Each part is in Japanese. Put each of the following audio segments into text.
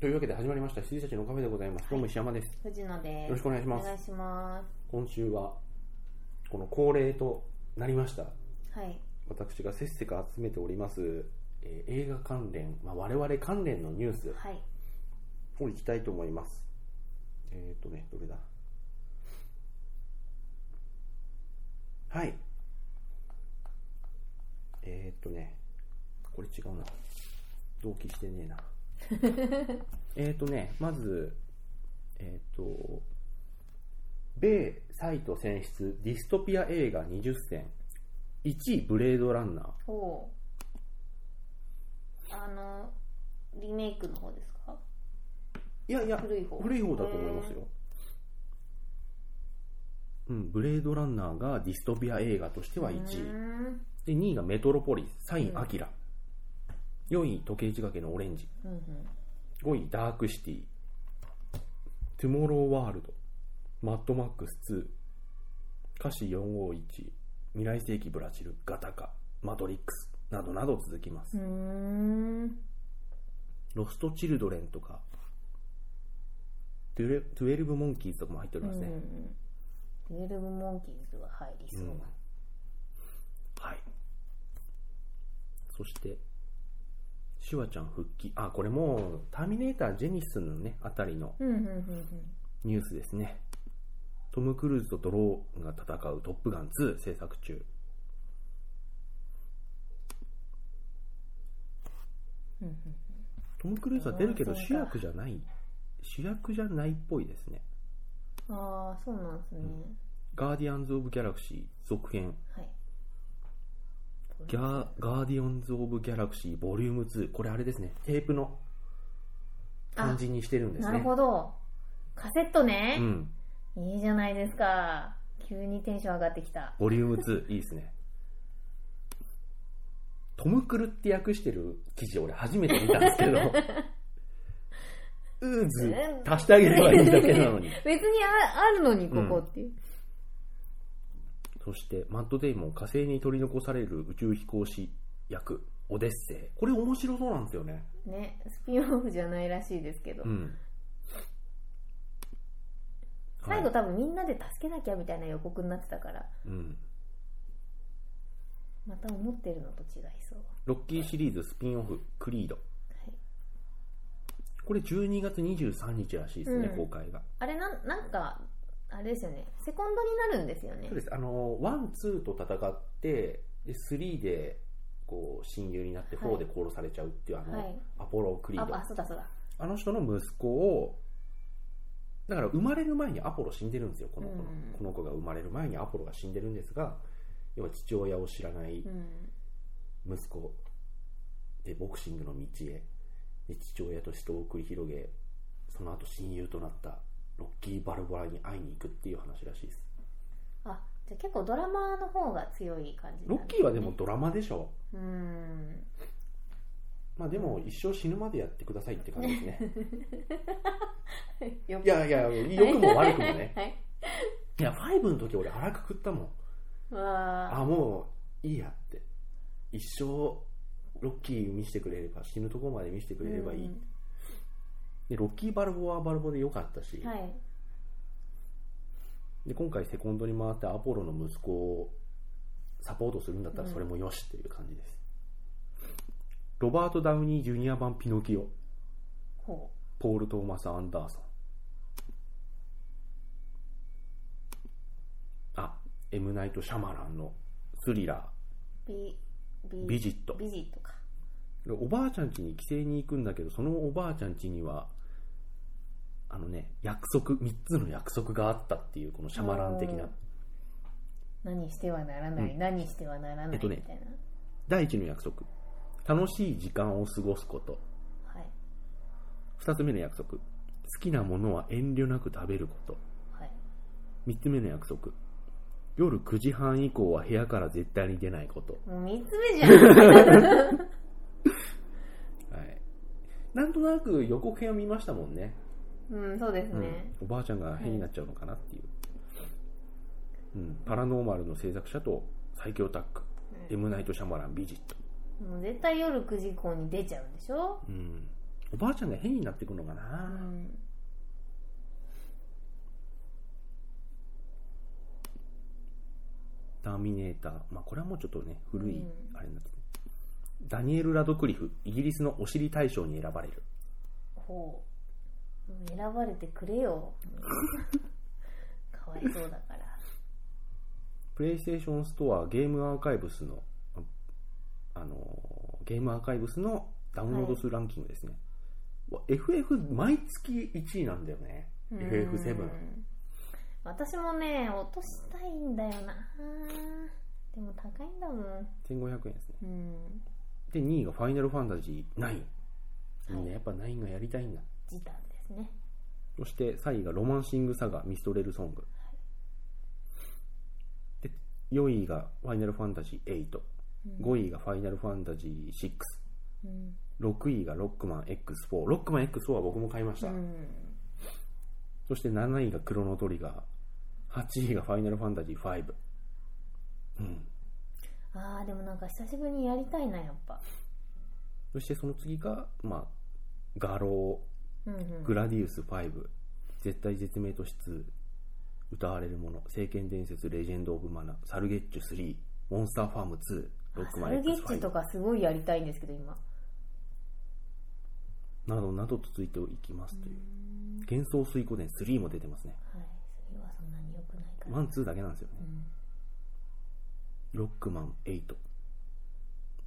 というわけで始まりました羊たちのカフェでございます。どうも石山です。藤野です。よろしくお願いしますお願いしま今週はこの恒例となりました。す。はい。私がせっせか集めております、えー映画関連、まあ、我々関連のニュースはい。をいきたいと思います。えっ、ー、とね、どれだはい。えっ、ー、とね、これ違うな。同期して ねえな。えっとね、まず、えっ、と、米サイト選出ディストピア映画20選1位ブレードランナーおおう。あの、リメイクの方ですかいやいや古い方古い方だと思いますようん、ブレードランナーがディストピア映画としては1うー位んで2位がメトロポリス3位アキラ4位時計仕掛けのオレンジうんうん。 5位ダークシティトゥモローワールドマッドマックス2歌詞451未来世紀ブラジルガタカマトリックスなどなど続きますうーん。ロストチルドレンとか、トゥレトゥエルブモンキーズとかも入っておりますね。うんうん。ウェルブモンキーズは入りそうな。はい。そして、シュワちゃん復帰。あ、これもう、ターミネーター・ジェニスのね、あたりのうんうんうんニュースですね。トム・クルーズとドローンが戦うトップガン2制作中。うん。うんトム・クルーズは出るけどあー主そうだ役じゃない、主役じゃないっぽいですね。うん、ああ、そうなんですね。ガーディアンズ・オブ・ギャラクシー続編はい。ギャガーディオンズ・オブ・ギャラクシーボリューム2これあれですねテープの感じにしてるんですねなるほど。カセットねう、んいいじゃないですか。急にテンション上がってきた。ボリューム2いいですねトム・クルって訳してる記事俺初めて見たんですけ どウーズ足してあげればいいだけなのに別にああるのに、ここっていう。そしてマッド・デイモン火星に取り残される宇宙飛行士役オデッセイこれ面白そうなんですよねね、スピンオフじゃないらしいですけど、うん最は後い多分みんなで助けなきゃみたいな予告になってたからうんまた思ってるのと違いそう、ロッキーシリーズスピンオフ、クリード。はい、これ12月23日らしいですね、うん公開が。あれなんなんかあれですよねセコンドになるんですよねそうです。あの、ワン、ツーと戦って、で、スリーで、こう、親友になって、はいフォーで殺されちゃうっていう、あの、はいアポロ・クリード。あああそうだそうだの人の息子を、だから生まれる前にアポロ死んでるんですよ、この子の。うんこの子が生まれる前にアポロが死んでるんですが、要は父親を知らないうん息子でボクシングの道へで父親と死闘を繰り広げその後親友となったロッキー・バルボラに会いに行くっていう話らしいですあじゃあ結構ドラマの方が強い感じロッキーはでもドラマでしょうーんまあでも一生死ぬまでやってくださいって感じです ねよ いやいや良くも悪くもねはいいや5の時俺腹くくったもんわあもういいやって一生ロッキー見せてくれれば死ぬとこまで見せてーくれればいい、うんでロッキー・バルボはバルボで良かったし、はいで今回セコンドに回ってアポロの息子をサポートするんだったらうんそれもよしっていう感じです、ロバート・ダウニー・ジュニア版ピノキオほポール・トーマス・アンダーソンあエム・ナイト・シャマランのスリラうビビービジットビジットかでおばあちゃん家に帰省に行くんだけどそのおばあちゃん家にはあのね約束3つの約束があったっていうこのシャマラン的なうん何してはならない、う何してはならないえっみとたいな、ね第1の約束楽しい時間を過ごすことはい2つ目の約束好きなものは遠慮なく食べることはい3つ目の約束夜9時半以降は部屋から絶対に出ないこと、もう三つ目じゃん。 はい、なんとなく予告編を見ましたもんねうん、そうですうんね。おばあちゃんが変になっちゃうのかなっていう、うん、パラノーマルの制作者と最強タッグ、エムナイト・シャマラン・ビジット、もう絶対夜9時以降に出ちゃうんでしょうん、おばあちゃんが変になってくのかうな、んターミネーター、まあ、これはもうちょっとね古いうんあれになってくる、ダニエル・ラドクリフイギリスのお尻大賞に選ばれるほうもう選ばれてくれ よかわいそうだからプレイステーションストアゲームアーカイブスのああのーゲームアーカイブスのダウンロード数ランキングですね、わ FF 毎月1位なんだよねうん FF7 私もね落としたいんだよなでも高いんだもん1500円ですねうんで2位がファイナルファンタジー9みんはなやっぱ9がやりたいんだ時短ですねそして3位がロマンシングサガミストレルソング。で、4位がファイナルファンタジー8。うん5位がファイナルファンタジー6。うん、 6位がロックマン X4。ロックマン X4 は僕も買いましうた。ん、そして7位がクロノトリガー。8位がファイナルファンタジー5。うん。ああでもなんか久しぶりにやりたいなやっぱそしてその次が、まあ、ガロうんうんー、グラディウス5。絶対絶命としつ歌われるもの、聖剣伝説、レジェンド・オブ・マナ、サルゲッチュ3、モンスター・ファーム2、ロックサマンルゲッ X5。チとかすごいやりたいんですけど今などなど続いていきますという、幻想水湖伝3も出てますねはいそれはそんなに良くないから、ワンツーだけなんですよね、ロックマン8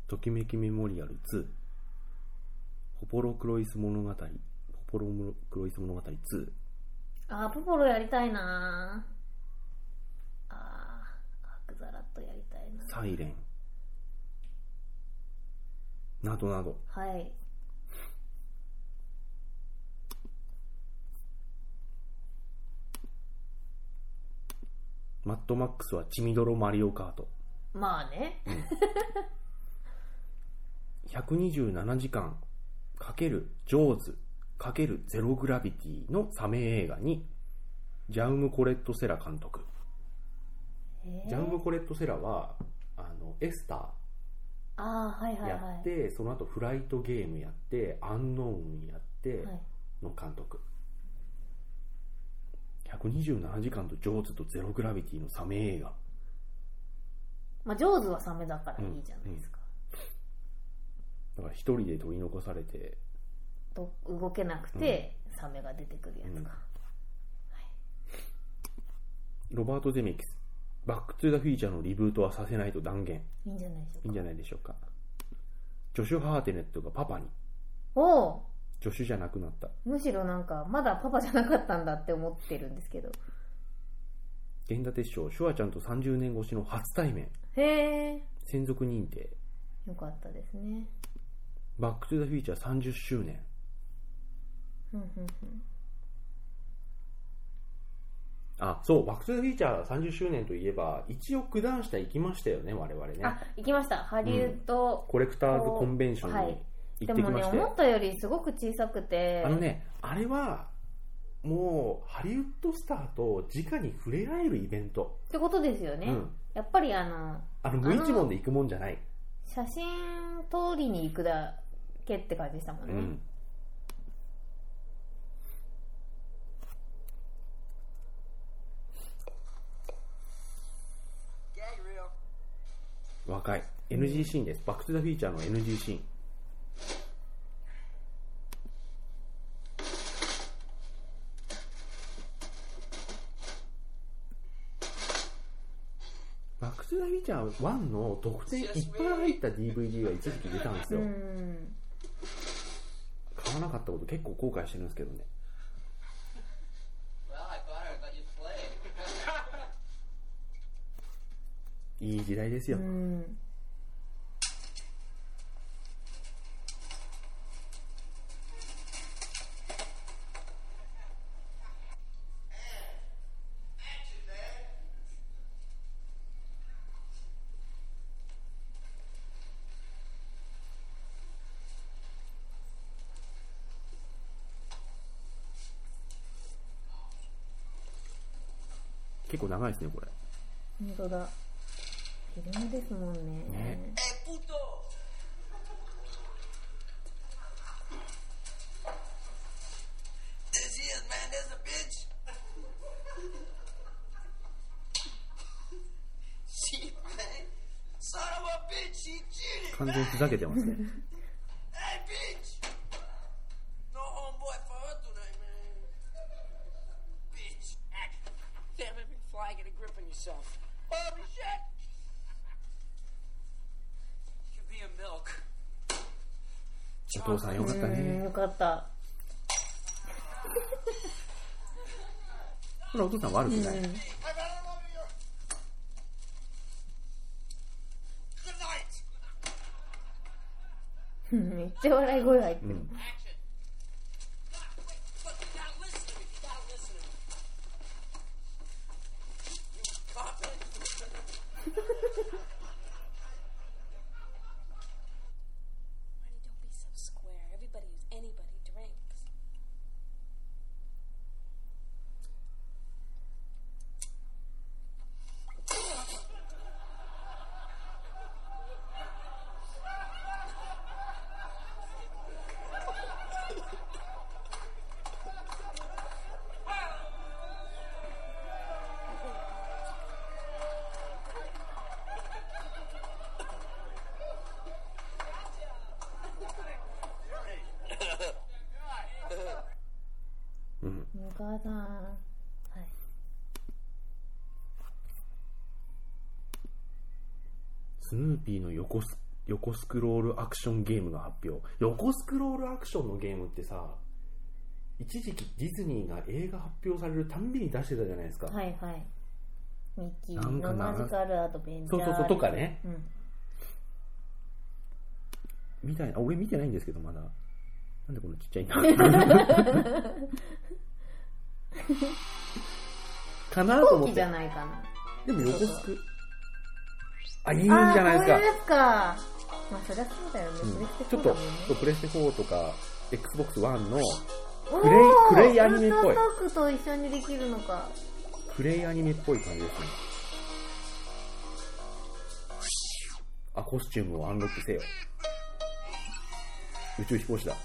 ときめきメモリアル2ポポロクロイス物語ポポロクロイス物語2ああポポロやりたいなああーアークザラットやりたいなサイレンなどなどはいマッドマックスは血みどろマリオカートまあね127時間かけるジョーズかけるゼログラビティのサメ映画にジャウム・コレット・セラ監督、えージャウム・コレット・セラはあのエスタああはいーはいやはっいて、その後フライトゲームやってアンノーンやってはいの監督、127時間とジョーズとゼログラビティのサメ映画まあ、ジョーズはサメだからいいじゃないですか、だから一人で取り残されてと動けなくて、サメが出てくるやつか、ロバート・ゼメキスバック・トゥ・ザ・フィーチャーのリブートはさせないと断言いいんじゃないでしょいういんかじゃないでしょうか。ジョシュ・ハーテネットがパパに、おおジョシュじゃなくなった。むしろなんかまだパパじゃなかったんだって思ってるんですけど源田鉄章、シュワちゃんと30年越しの初対面、へえ専属認定、よかったですねバック・トゥ・ザ・フィーチャー30周年、うんうんうんあ、そう、バック・トゥ・ザ・フィーチャー30周年といえば、一応九段下行きましたよね、我々ねあ。行きましたハリウッド、コレクターズ・コンベンションはにい行でってきもまねしたよ思ったよりすごく小さくてあのね、あれは、もう、ハリウッドスターと直に触れ合えるイベント。ってことですようね、ん。やっぱりあのあの、無一文で行くもんじゃない。写真通りに行くだけって感じでしたもんうね、ん、若い NG シーンです、バック・トゥ・ザ・フィーチャーの NG シーンバック・トゥ・ザ・フィーチャー1の特典いっぱい入った DVD が一時期出たんですうよ、ん買わなかったこと結構後悔してるんですけどね Well, I thought I would let you play. いい時代ですよ、うん結構長いですねこれ本当だフィルムですもんねね hey, puto! 完全にふざけてます ね。 Hey, bitch! No homeboy for her tonight, man. Bitch. Damn it, McFly, get a grip on yourself. Holy shit! Give me a milk. お父さんよかったうんね。よかったほら、お父さん悪くない。 I've had enough of your... Good night! うんめっちゃ笑い声入ってる、 Action. Ah, wait, look, you gotta listen to me. You gotta listen to me. You cop it. お母さんはいスヌーピーの横ス横スクロールアクションゲームが発表横スクロールアクションのゲームってさ一時期ディズニーが映画発表されるたんびに出してたじゃないですか、はいはいミッキなーんかのなマジカルアドベンチそャうーそうそうとかねうんみたいな俺見てないんですけどまだなんでこんなちっちゃ いんだかなと飛思行っ機てじゃないかなでも横スクあいいんじあゃないですかあーそういうやつかまあそりゃそうだよね、それっちてょそっうだともんねそうプレステ4とか XBOX1 のおークレイクレイアニメっぽいウルトラソックと一緒にできるのかプレイアニメっぽい感じですねあコスチュームをアンロックせよ宇宙飛行士だ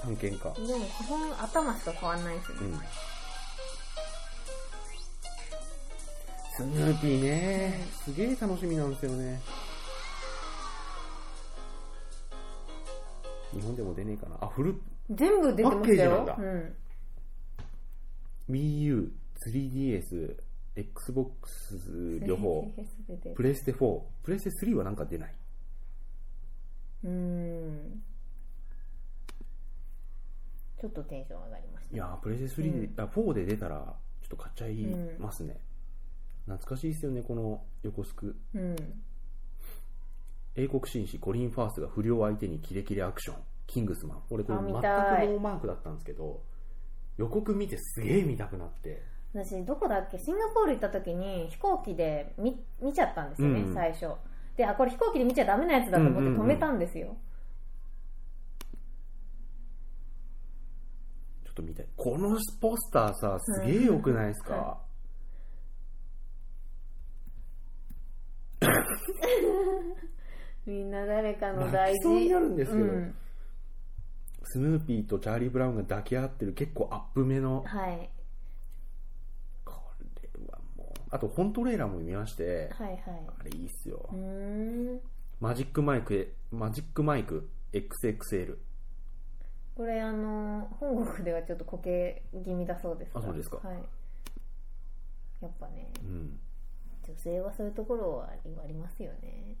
探検家でも基本頭しか変わんないですねうんスヌーピーねすげえ楽しみなんですよね日本でも出ねえかなあフル全部出てましたパよッケージうなん Wii U、3DS、Xbox 両方、出てるプレステ4、プレステ3はなんか出ない。うーんちょっとテンション上がりましいたやープレステ3で、あ4で出たら、ちょっと買っちゃいますね。懐かしいですよね、この横スク。うん英国紳士コリン・ファースが不良相手にキレキレアクション、キングスマン。俺これあ全くノ見たいーマークだったんですけど、予告見てすげえ見たくなって。私どこだっけシンガポール行った時に飛行機で見見ちゃったんですよね、うん最初であこれ飛行機で見ちゃダメなやつだと思ってうんうんうん止めたんですよ、ちょっと見たい。このポスターさ、すげえ良くないですか、はみんな誰かの泣大き事そうになるんですけどうんスヌーピーとチャーリー・ブラウンが抱き合ってる結構アップめの。はいこれはもう。あと、本トレーラーも見まして、はいはいあれいいっすようー。んマジックマイクへ、マジックマイク XXL。これあの本国ではちょっとこけ気味だそうですがあそうですかはい、やっぱねうん。女性はそういうところはありありますよね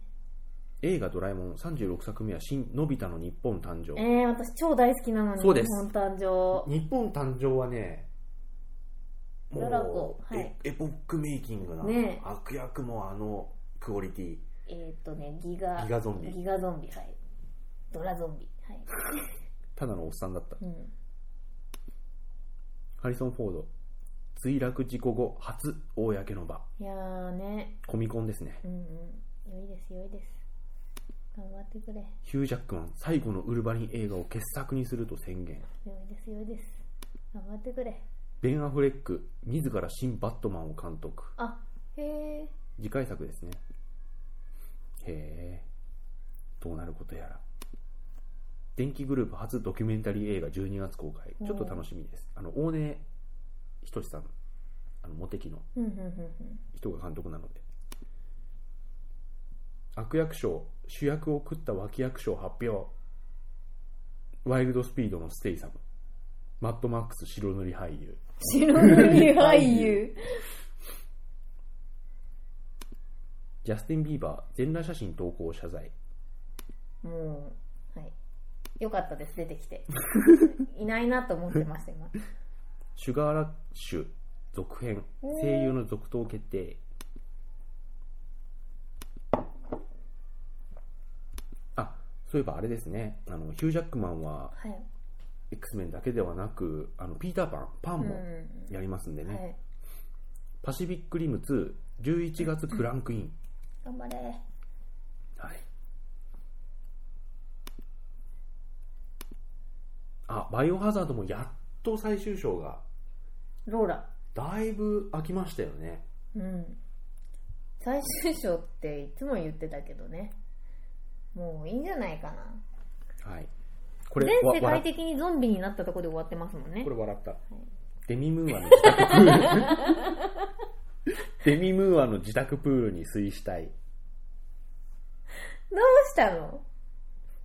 映画ドラえもん36作目は新、のび太の日本誕生。えー、私超大好きなのにそうです日本誕生日本誕生はね、ララコえはいエポックメイキングな、ねえ悪役もあのクオリティ。えーっとねギガギガゾンビギガゾンビはいドラゾンビはい、ただのおっさんだった。うん、ハリソン・フォード。墜落事故後、初、公の場。いやーねコミコンですね。うんうん良いです良いです頑張ってくれヒュージャックマン、最後のウルヴァリン映画を傑作にすると宣言。良いです良いです頑張ってくれベン・アフレック、自ら新バットマンを監督。あへえ次回作ですね。へえ。どうなることやら。電気グループ初ドキュメンタリー映画12月公開。ちょっと楽しみです。あの、大根仁志さん、あの、モテキのうんうんうんうん人が監督なので。悪役賞主役を食った脇役賞発表ワイルドスピードのステイサムマッドマックス白塗り俳優白塗り俳優。ジャスティン・ビーバー全裸写真投稿謝罪もう、はい。よかったです、出て きて。いないなと思ってました、今。シュガーラッシュ続編おー声優の続投決定あそういえばあれですねあのヒュージャックマンははい。 X メンだけではなくあのピーターパンパンもうやりますんでね、はい。パシフィックリム2 11月クランクイン、頑張れ。はいあバイオハザードもやっと最終章がローラ。だいぶ空きましたよねうん。最終章っていつも言ってたけどね。もういいんじゃないかな。はいこれ全わ世笑界っ的にゾンビになったところで終わってますもんねこ。れ笑った。デミムーアの自宅プー ル。デミムーアの自宅プールに水死体。どうした の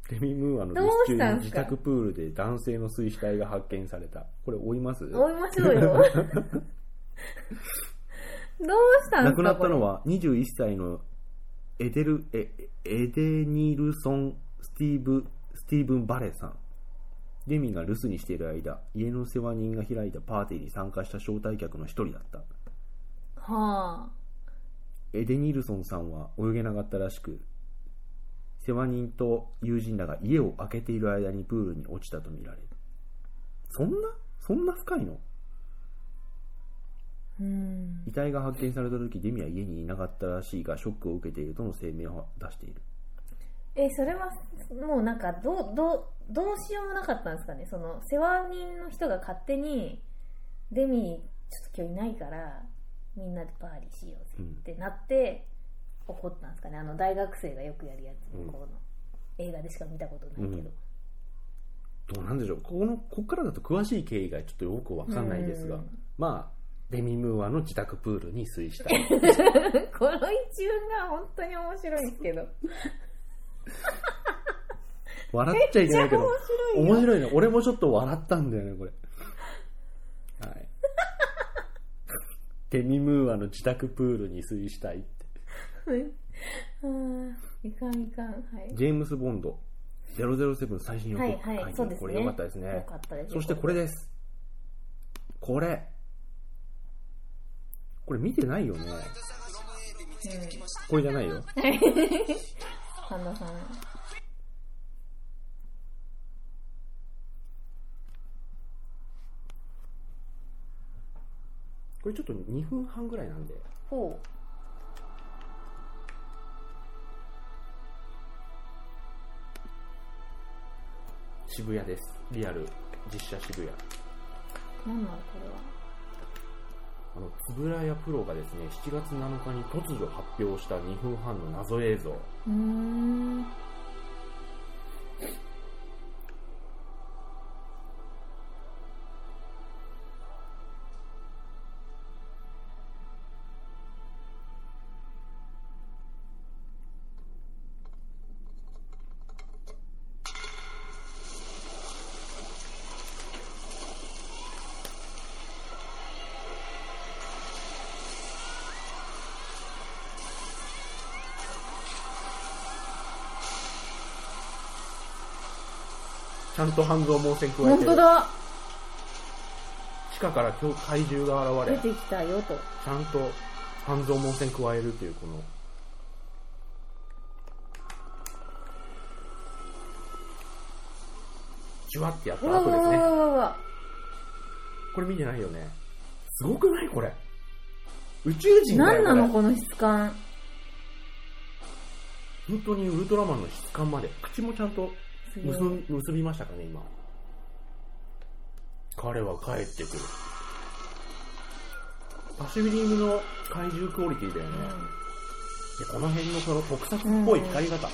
デミムーアのレスキューの自宅プールで男性の水死体が発見された。これ追います追いましょ うよ。どうしたんですか亡くなったのは。は21歳のエデル、え、エデニルソン・スティーブ、スティーブン・バレさん。デミが留守にしている間、家の世話人が開いたパーティーに参加した招待客の一人だった。はエデニルソンさんは泳げなかったらしく世話人と友人らが家を開けている間にプールに落ちたとみられるそんなそんな深いのあ。うん。遺体が発見された時デミは家にいなかったらしいがショックを受けているとの声明を出しているえ、それは、もうなんか、どう、どう、どうしようもなかったんですかね。その、世話人の人が勝手に、デミ、ちょっと今日いないから、みんなでパーリーしようぜってなって、怒ったんですかね。あの、大学生がよくやるやつ、うんこの、映画でしか見たことないけど。どうなんでしょうここのここからだと詳しい経緯がちょっとよくわかんないですがうんまあデミムーアの自宅プールに水死体 この一文が本当に面白いんですけど。笑っちゃいけないけどめっちゃ面白いよ面白いね俺もちょっと笑ったんだよねこれはい デミムーアの自宅プールに水死体ってうんいかんいかん。はい。ジェームス・ボンド007最新予告、はいは会い議そうですねこれ良かったですね良かったですそしてこれですこれこれ見てないよねこれじゃないよ神田さん。これちょっと2分半ぐらいなんでほ渋谷ですリアル実写渋谷う。なんなのこれは。あの円谷プロがですね7月7日に突如発表した2分半の謎映像うーん。ちゃんと半蔵門線加え本て当だ地下から今日怪獣が現出れちてきたよと。ゃんと半蔵門線加えるというこのジュワってやったうわ後わですわねわわわ。これ見てないよねすごくないこれ宇宙人だなんよなのこれこの質感。本当にウルトラマンの質感まで口もちゃんとすごい結ん結びましたかね今彼は帰ってくるパシフィリングの怪獣クオリティだよね、でこの辺のその特撮っぽい光り方、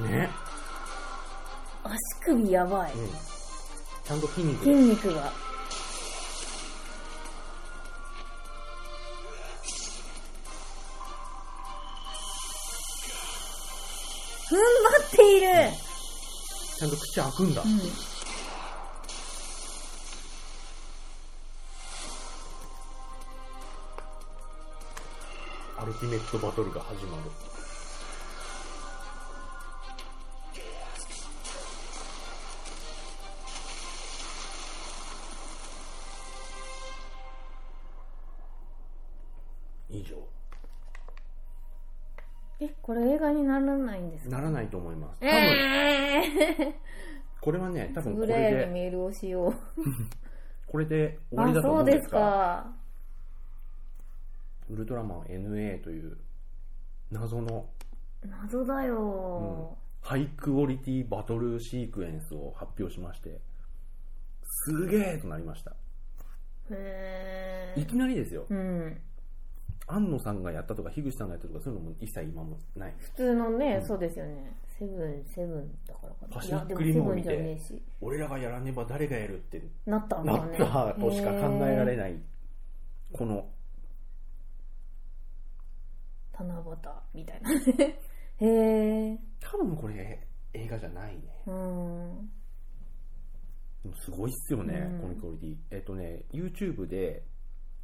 ね、足首やばいうん。ちゃんと筋肉筋で肉が。踏ん張っている、ちゃんと口開くんだ。うん、アルティメットバトルが始まる。以上。えこれ映画にならないんですかならないと思います。多え分、えこれはね、多ー、分こぐれらいにで、メールをしようこれで終わありだとそ思ううんでですすが、かウルトラマン NA という謎の謎だよ、ハイクオリティバトルシークエンスを発表しまして、すげーとなりました。へいえきなりですよ。うん安野さんがやったとか、樋口さんがやったとか、そういうのも一切今もない。普通のね、うんそうですよねセブンセブンだからかな走いりやっでくもりセのをブン見じてゃねえし俺らがやらねば誰がやるってなったんだなよっねたとしか考えられいない、この、七夕みたいなへえ多分これ映画じゃないね。うんでもすごいっすよね、うんこのクオリティ。えっとね、YouTube で、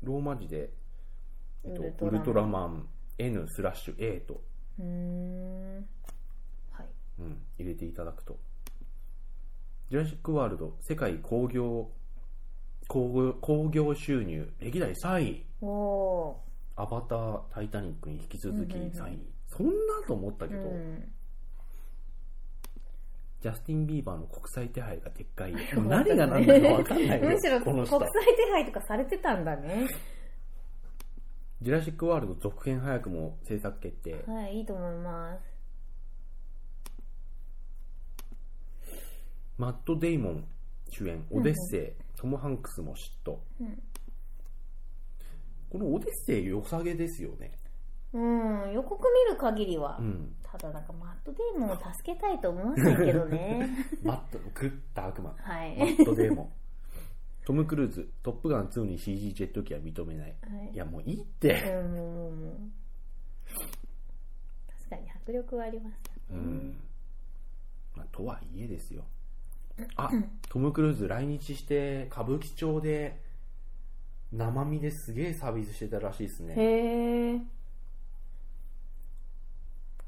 ローマ字で、えっと、ウウルルトトララマン N スラッシュ A と、うーんはいうん、入れていただくと。ジュラシック・ワールド、世界興行、興行興行収入、歴代3位。おおアバター、タイタニックに引き続きうんうんうん3位。そんなと思ったーけど、うんジャスティン・ビーバーの国際手配が撤 回。うもう何が何だか分かんないよ むしろこ国の際人手。配とかされてたんだねジュラシック・ワールド続編早くも制作決定。はいいいと思いますマット・デイモン主演、オデッセイ、トム・ハンクスも嫉妬。うんこのオデッセイ良さげですよね。うん予告見る限りは、うん。ただなんかマットデーモンを助けたいと思わないけど ねマット、食った悪魔。はいマット・デーモン。トム・クルーズ、トップガン2に CG ジェット機は認めない。はいいや、もういいって。うんもうもうもう確かに迫力はありますうん。まあ、とはいえですよ。あ、トム・クルーズ来日して、歌舞伎町で、生身ですげえサービスしてたらしいですね。へえ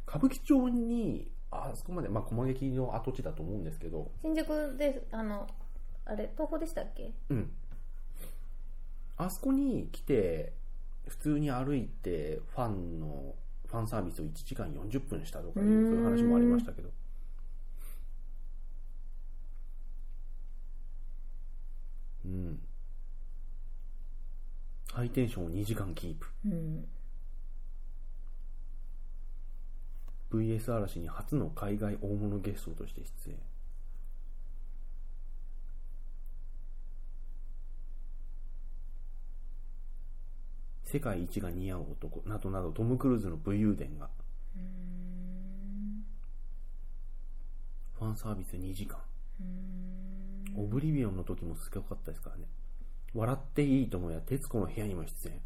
歌舞伎町に、あそこまで、まあ、駒劇の跡地だと思うんですけど、新宿であのあれ東宝でしたっけうん。あそこに来て、普通に歩いて、ファンの、ファンサービスを1時間40分したとかいう、うそうーんいう話もありましたけど。うん。ハイテンションを2時間キープ。うん、 VS 嵐に初の海外大物ゲストとして出演。世界一が似合う男などなどトム・クルーズの武勇伝がファンサービス2時間オブリビオンの時もすごかったですからね笑っていいともや徹子の部屋にも出演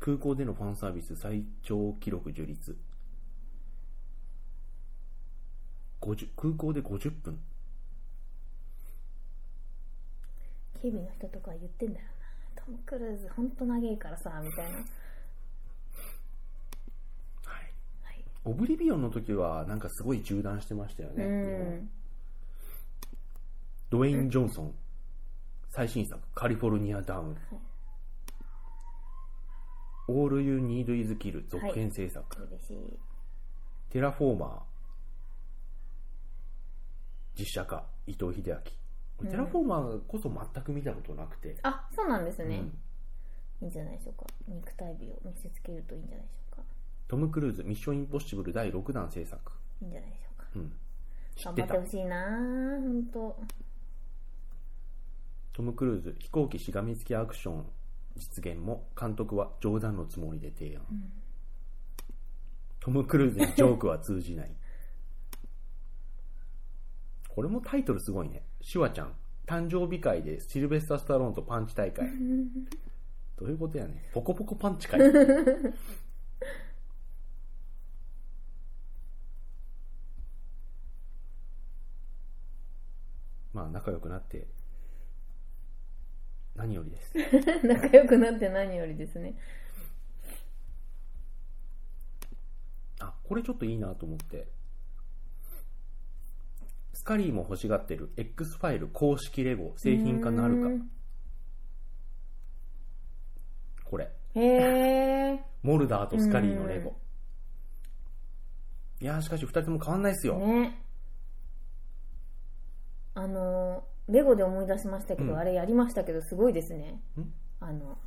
空港でのファンサービス最長記録樹立50空港で50分警備の人とか言ってんだよなトム・クルーズほんと長いからさみたいなはいはいオブリビオンの時はなんかすごい縦断してましたよね、うんドウェイン・ジョンソン最新作「カリフォルニア・ダウン」「オール・ユー・ニード・イズ・キル」続編制作、嬉しいテラフォーマー実写化伊藤英明これテラフォーマーこそ全く見たことなくて、あそうなんですうんね、いいんじゃないでしょうか肉体美を見せつけるといいんじゃないでしょうかトム・クルーズ「ミッション・インポッシブル」第6弾制作、いいんじゃないでしょうかうん、知っ頑て張ってたほしいなぁほんと トム・クルーズ飛行機しがみつきアクション実現も監督は冗談のつもりで提案、トム・クルーズにジョークは通じないこれもタイトルすごいねシュワちゃん誕生日会でシルベスター・スタローンとパンチ大会どういうことやねんポコポコパンチ会まあ仲良くなって何よりです仲良くなって何よりですねあこれちょっといいなと思ってスカリーも欲しがってる X ファイル公式レゴ製品化なるかこれへえモルダーとスカリーのレゴいやーしかし2人とも変わんないっすよ、ねあのレゴで思い出しましたけど、うんあれやりましたけどすごいですねんあの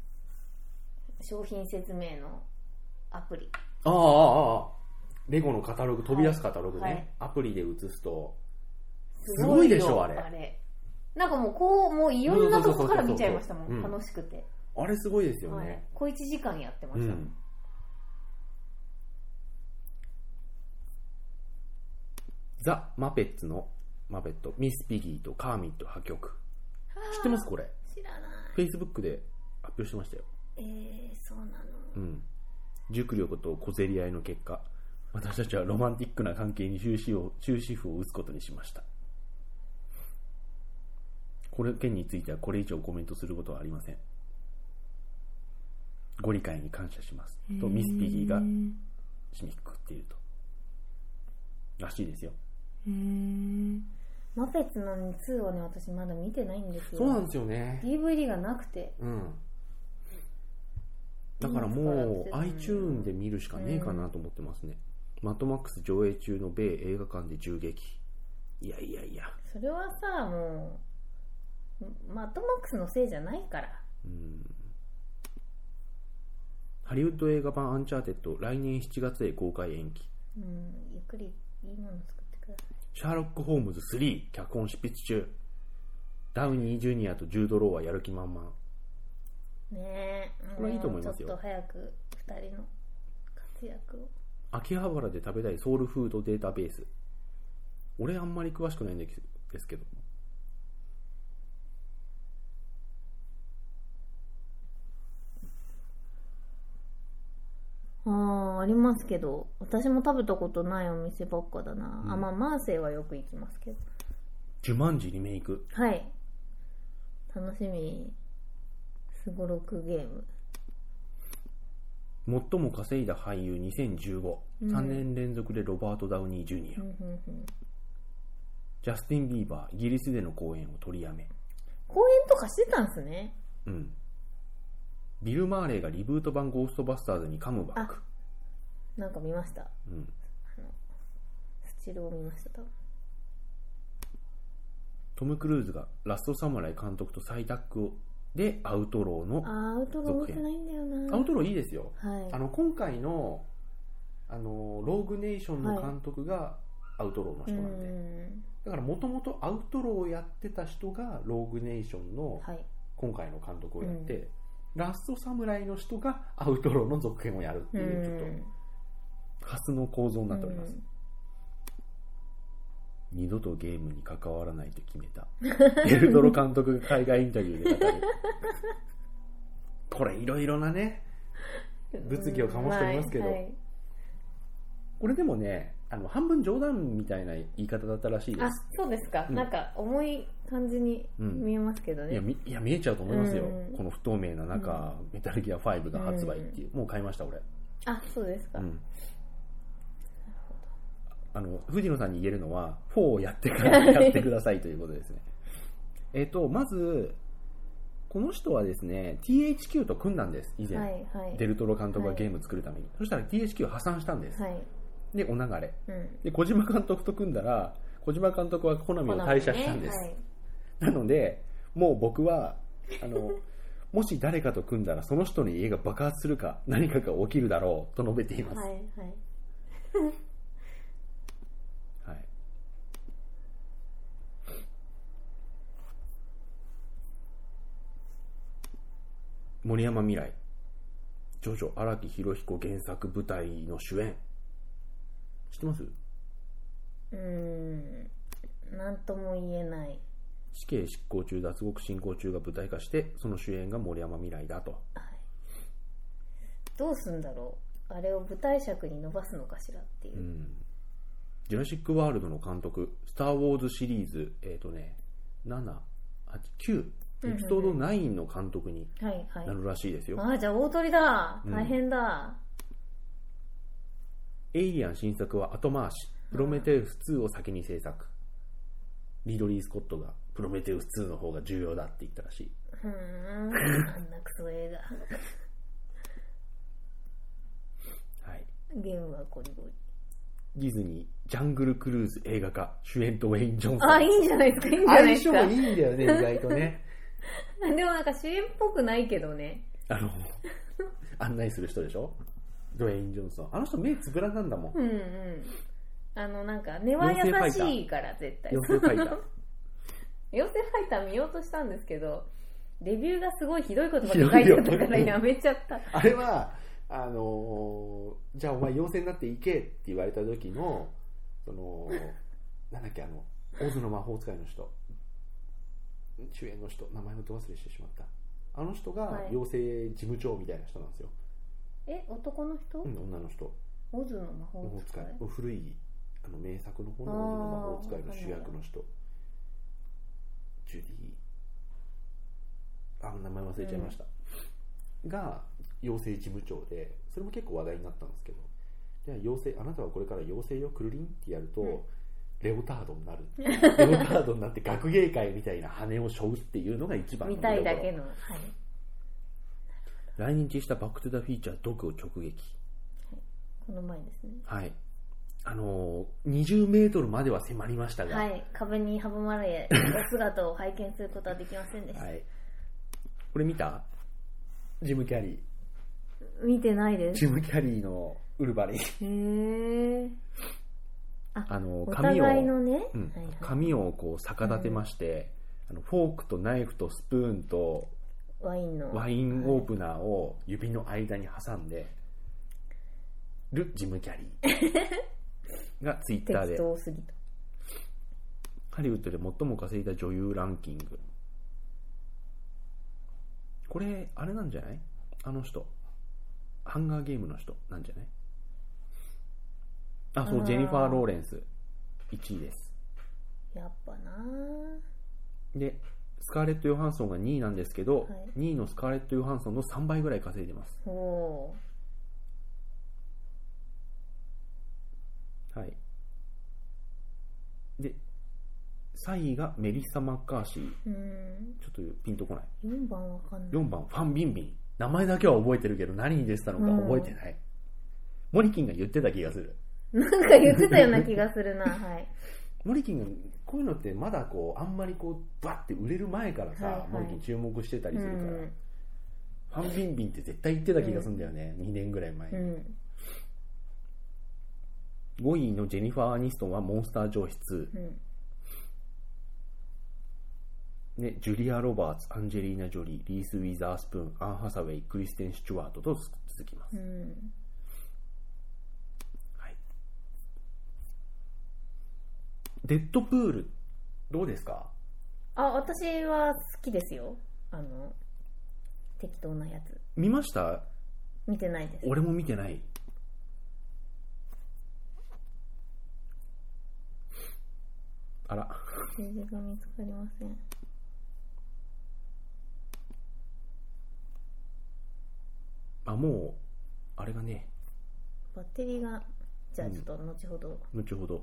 商品説明のアプリああああああレゴのカタログ飛び出すカタログね、はいアプリで写すとすごいでしょよあれなんかもうこうもういろんなとこから見ちゃいましたそもうそうそうそうそうんうん楽しくて、あれすごいですよはね、い、小1時間やってまうした、んザ・マペッツのマペットミス・ピギーとカーミット破局知ってますこれ知らない Facebook で発表してましたよ、えー、そうなのうん、熟慮と小競り合いの結果私たちはロマンティックな関係に終止を終止符を打つことにしましたこれ件についてはこれ以上コメントすることはありませんご理解に感謝しますとミス・ピギーが締めくくっているとらしいですよマペツの2をね私まだ見てないんですよそうなんですよね DVD がなくてうんだからもう iTunes で見るしかねえかなと思ってますね、マットマックス上映中の米映画館で銃撃いやいやいやそれはさもうマッドマックスのせいじゃないからうんハリウッド映画版「アンチャーテッド」来年7月へ公開延期うんゆっくりいいもの作ってくださいシャーロック・ホームズ3脚本執筆中ダウニー・ジュニアとジュード・ローはやる気満々ねえこれはいいと思いますよもうちょっと早く2人の活躍を秋葉原で食べたいソウルフードデータベース俺あんまり詳しくないんですですけどああありますけど私も食べたことないお店ばっかだな、あまあマーセイはよく行きますけど「ジュマンジリメイクはい楽しみすごろくゲーム最も稼いだ俳優2015」3年連続でロバート・ダウニー・ジュニア、ジャスティン・ビーバーイギリスでの公演を取りやめ公演とかしてたんすねうんビル・マーレーがリブート版「ゴーストバスターズ」にカムバックなんか見ましたうんスチールを見ました多分トム・クルーズがラスト・サムライ監督と再タッグをでアウトローのあーアウトロー見てないんだよなアウトローいいですよはいあの今回のあのローグネーションの監督がアウトローのう人なんで、んだからもともとアウトローをやってた人がローグネーションのはい今回の監督をやって、うラストサムライの人がアウトローの続編をやるってういうちょっんとハスの構造になっております、うん二度とゲームに関わらないと決め たエルドロ監督が海外インタビューで語るこれいろいろなね物議を醸しておりますけど、はいはいこれでもねあの半分冗談みたいな言い方だったらしいであすそうですか、うんなんか重い感じにうん見えますけどいね、やみいや見えちゃうと思いますよ、うんこの不透明な中、メタルギア5が発売っていう、もう買いました俺、あそうですか、うん、あの藤野さんに言えるのは4をやってからやってくださいということですね えっとまずこの人はですね THQ と組んだんです以前、はいはいデルトロ監督がゲーム作るために、そしたら THQ を破産したんです、はいでお流れうんで小島監督と組んだら小島監督はコナミを退社したんです、なのでもう僕はあの もし誰かと組んだらその人の家が爆発するか何かが起きるだろうと述べています、はいはいはいはい、森山未来ジョジョ荒木宏彦原作舞台の主演知ってますうーんなんとも言えない死刑執行中脱獄進行中が舞台化してその主演が森山未来だとどうすんだろうあれを舞台尺に伸ばすのかしらっていう、ジュラシック・ワールドの監督、スター・ウォーズシリーズ、えっ、とね、 7、8、9、エピソード9の監督にはいはいなるらしいですよ。ああじゃあ大鳥だうん大変だ、エイリアン新作は後回し、プロメテウス2を先に制作。リドリー・スコットがプロメテウス2の方が重要だって言ったらしい。ふーんあんなクソ映はい。画ゲームはゴリゴ リディズニー、ジャングル・クルーズ映画化、主演とウェイン・ジョンソン。あいいんじゃないですかいいんじゃない相です性かいいんだよね、意外と ね。でもなんか主演っぽくないけどねあの、 案内する人でしょドウェイン・ジョンソン。あの人目つぶらなんだもん。うんうんあのなんか根は優しいから絶対妖精ファイター。妖精ファイター見ようとしたんですけどレビューがすごいひどいことばっかり書いてあったからひどいよやめちゃったあれは、あのーじゃあお前妖精になっていけって言われた時の、その、なんだっけ、あの、オズの魔法使いの人。主演の人、名前をど忘れしてしまった。あの人がはい妖精事務長みたいな人なんですよ。 え男の人、うん、女の人。オズの魔魔法法使使いい。古い、あの、名作の方のオズの魔法使いの主役の人。ジュディ。あ、名前忘れちゃいました。が妖精事務長でそれも結構話題になったんですけどじゃあ妖精あなたはこれから妖精をくるりんってやると、うんレオタードにな るレオタードになって学芸会みたいな羽を背負うっていうのが一番の見たいだ見けどこのはいろ来日したバック・トゥ・ザ・フィーチャー毒を直撃この前ですねはいあのー、20メートルまでは迫りましたが、はい壁に阻まれお姿を拝見することはできませんでした、はいこれ見たジム・キャリー見てないですジム・キャリーのウルバ リンへえあのおー髪を互いのね、うんはいはい紙をこう逆立てまして、あのフォークとナイフとスプーンとワインのワインオープナーを指の間に挟んでるジム・キャリーがツイッター適で当すぎたハリウッドで最も稼いだ女優ランキングこれあれなんじゃないあの人ハンガーゲームの人なんじゃないあそあうージェニファー・ローレンス1位ですやっぱなでスカーレット・ヨハンソンが2位なんですけど、い2位のスカーレット・ヨハンソンの3倍ぐらい稼いでます、ぁおはい、で3位がメリッサ・マッカーシーーうんちょっとピンとこない4番わかんない4番ファン・ビンビン名前だけは覚えてるけど何に出てたのか覚えてない、モリキンが言ってた気がするなんか言ってたような気がする なはいモリキンがこういうのってまだこうあんまりこうバッて売れる前からさ、はいはいモリキン注目してたりするから、うんファン・ビンビンって絶対言ってた気がするんだよね、2年ぐらい前に、うん5位のジェニファー・アニストンはモンスター上質、うんね、ジュリア・ロバーツ、アンジェリーナ・ジョリー、リース・ウィザースプーン、アン・ハサウェイ、クリステン・シュチュワートと続きます。うんはい、デッドプール、どうですかあ私は好きですよあの適当なやつ見ました見てないです俺も見てない。あら、全然が見つかりませんあ、もう、あれがね、バッテリーがじゃあちょっと後ほど、後ほど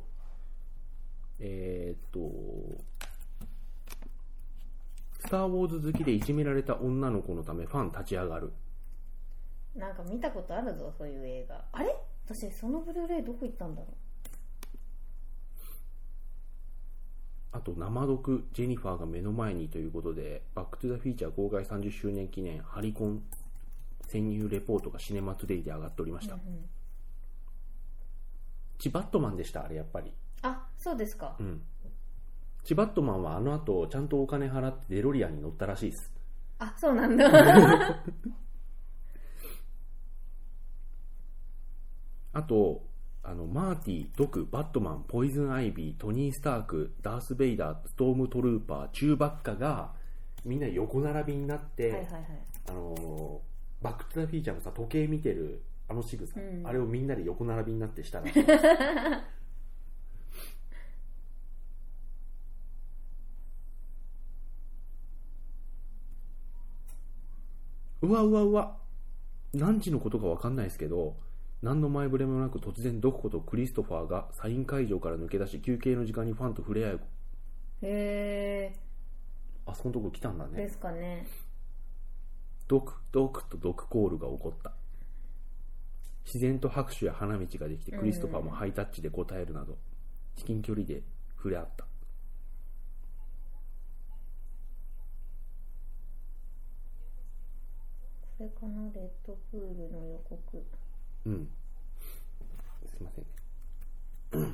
えーっと「スター・ウォーズ」好きでいじめられた女の子のためファン立ち上がるなんか見たことあるぞそういう映画あれ私そのブルーレイどこ行ったんだろあと生毒ジェニファーが目の前にということで「バック・トゥ・ザ・フィーチャー」公開30周年記念ハリコン潜入レポートがシネマトゥデイで上がっておりました、う、うん、チバットマンでしたあれやっぱりあそうですかうんチバットマンはあの後ちゃんとお金払ってデロリアンに乗ったらしいですあそうなんだあと、あのマーティ、ドク、バットマン、ポイズン・アイビー、トニー・スターク、ダース・ベイダー、ストーム・トルーパー、チューバッカがみんな横並びになって、はいはいはいあのーバック・トゥ・ザ・フィーチャーのさ時計見てるあの仕草、うんあれをみんなで横並びになってしたらしい うわうわうわ何時のことか分かんないですけど何の前触れもなく突然ドクコとクリストファーがサイン会場から抜け出し休憩の時間にファンと触れ合うへあそこのとこ来たんだえでねすかねドクドクとドクコールが起こった自然と拍手や花道ができてクリストファーもハイタッチで応えるなど至近距離で触れ合ったこれかなレッドプールの予告うん。すいませんね。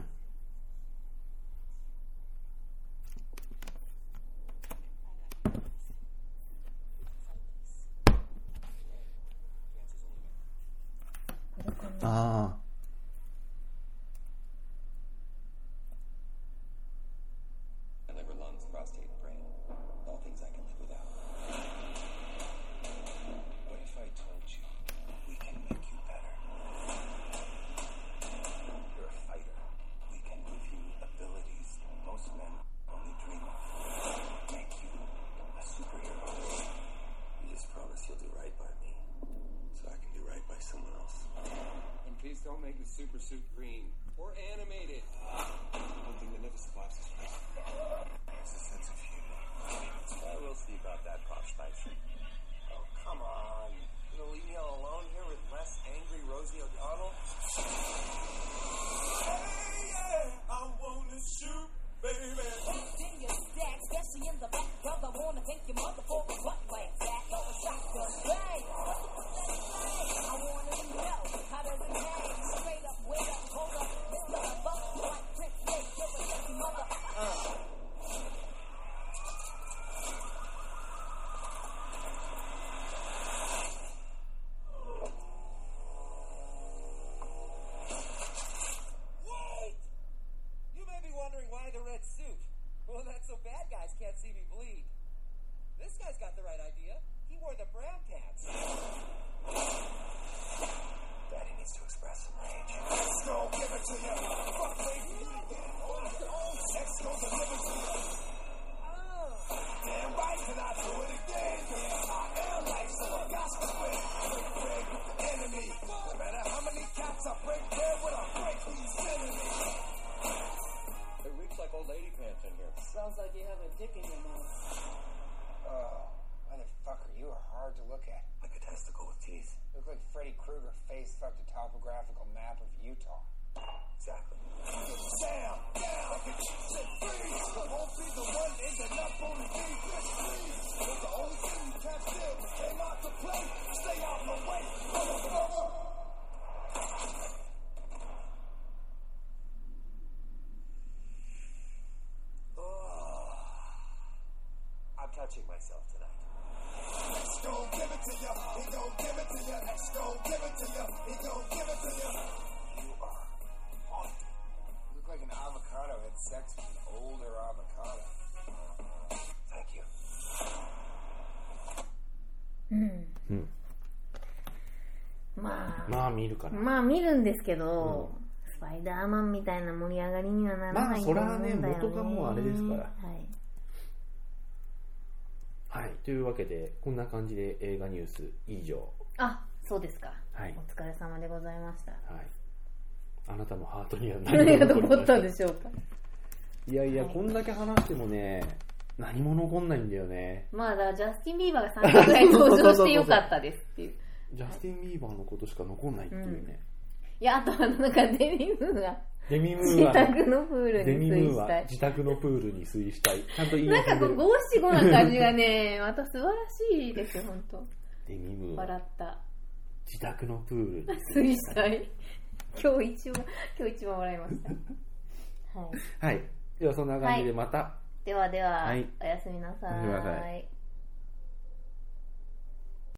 ああ。 My liver, lungs, prostate, brain. All things I can live without. What if I told you we can make you better? You're a fighter. We can give you abilities most men only dream of. Make you a superhero. You just promise you'll do right by me. So I can do right by someone else. And please don't make the super suit green or animate it. One thing that never survives is pain. It's a sense of humor. I will see about that, Pop Spicer. Oh, come on. You gonna leave me all alone here with less angry Rosie O'Donnell? Hey, yeah, I wanna shoot, baby. in your stack, especially in the back. Girl, I wanna thank your mother for a butt like that. Or a shotgun bang. I wanna know how does it hang? Straight up, wait up, hold up. This motherfucker like Prince Jay, you're a yucky mother. Wait! You may be wondering why the red suit. Well, that's so bad guys can't see me bleed. This guy's got the right idea. He wore the brown pants. Daddy needs to express some rage. Let's go, give it to you. Fuck, baby. Oh, Let's go, deliver to you. Oh. Damn right, can I do it again? I am like someone got to win. Break bread with the enemy. No matter how many cats I break bread with, I break these enemies. It reeks like old lady pants in here. Sounds like you have a dick in your mouth. Oh, motherfucker, you are hard to look at. Like a testicle with teeth. Look like Freddy Krueger face fucked a topographical map of Utah. Exactly. Down, down, set free. I won't be the one ending up on the defense, please. But the only thing you can still came out to play. Stay out my way, motherfucker. You look like an avocado had sex with an older avocado. Thank you. まあまあ見るから。まあ見るんですけど、スパイダーマンみたいな盛り上がりにはならないと思うんだよまね、あそらね元がもうあれですからはいはい。というわけで、こんな感じで映画ニュース以上。あそうですか、はいお疲れ様でございましたはい。あなたのハートには何が残りま残せったんでしょうかいやいや、こんだけ話してもね、何も残んないんだよね。 まあだからジャスティン・ビーバーが3回ぐらい登場してよかったですっていうジャスティン・ビーバーのことしか残んないっていうね。いやあとあのなんかデミムーがデミムー自ア。宅のプールデミにム水ーしアた、い自宅のプールに水したい。ちゃんと言いなんか忘これうる。五七五な感じがね また素晴らしいですよ本当デミムーア笑。った自宅のプールに水死体今日一番今日一番笑いました、はい、はい。ではそんな感じではまいた、ではでは、はいおやすみなおさやすみなさい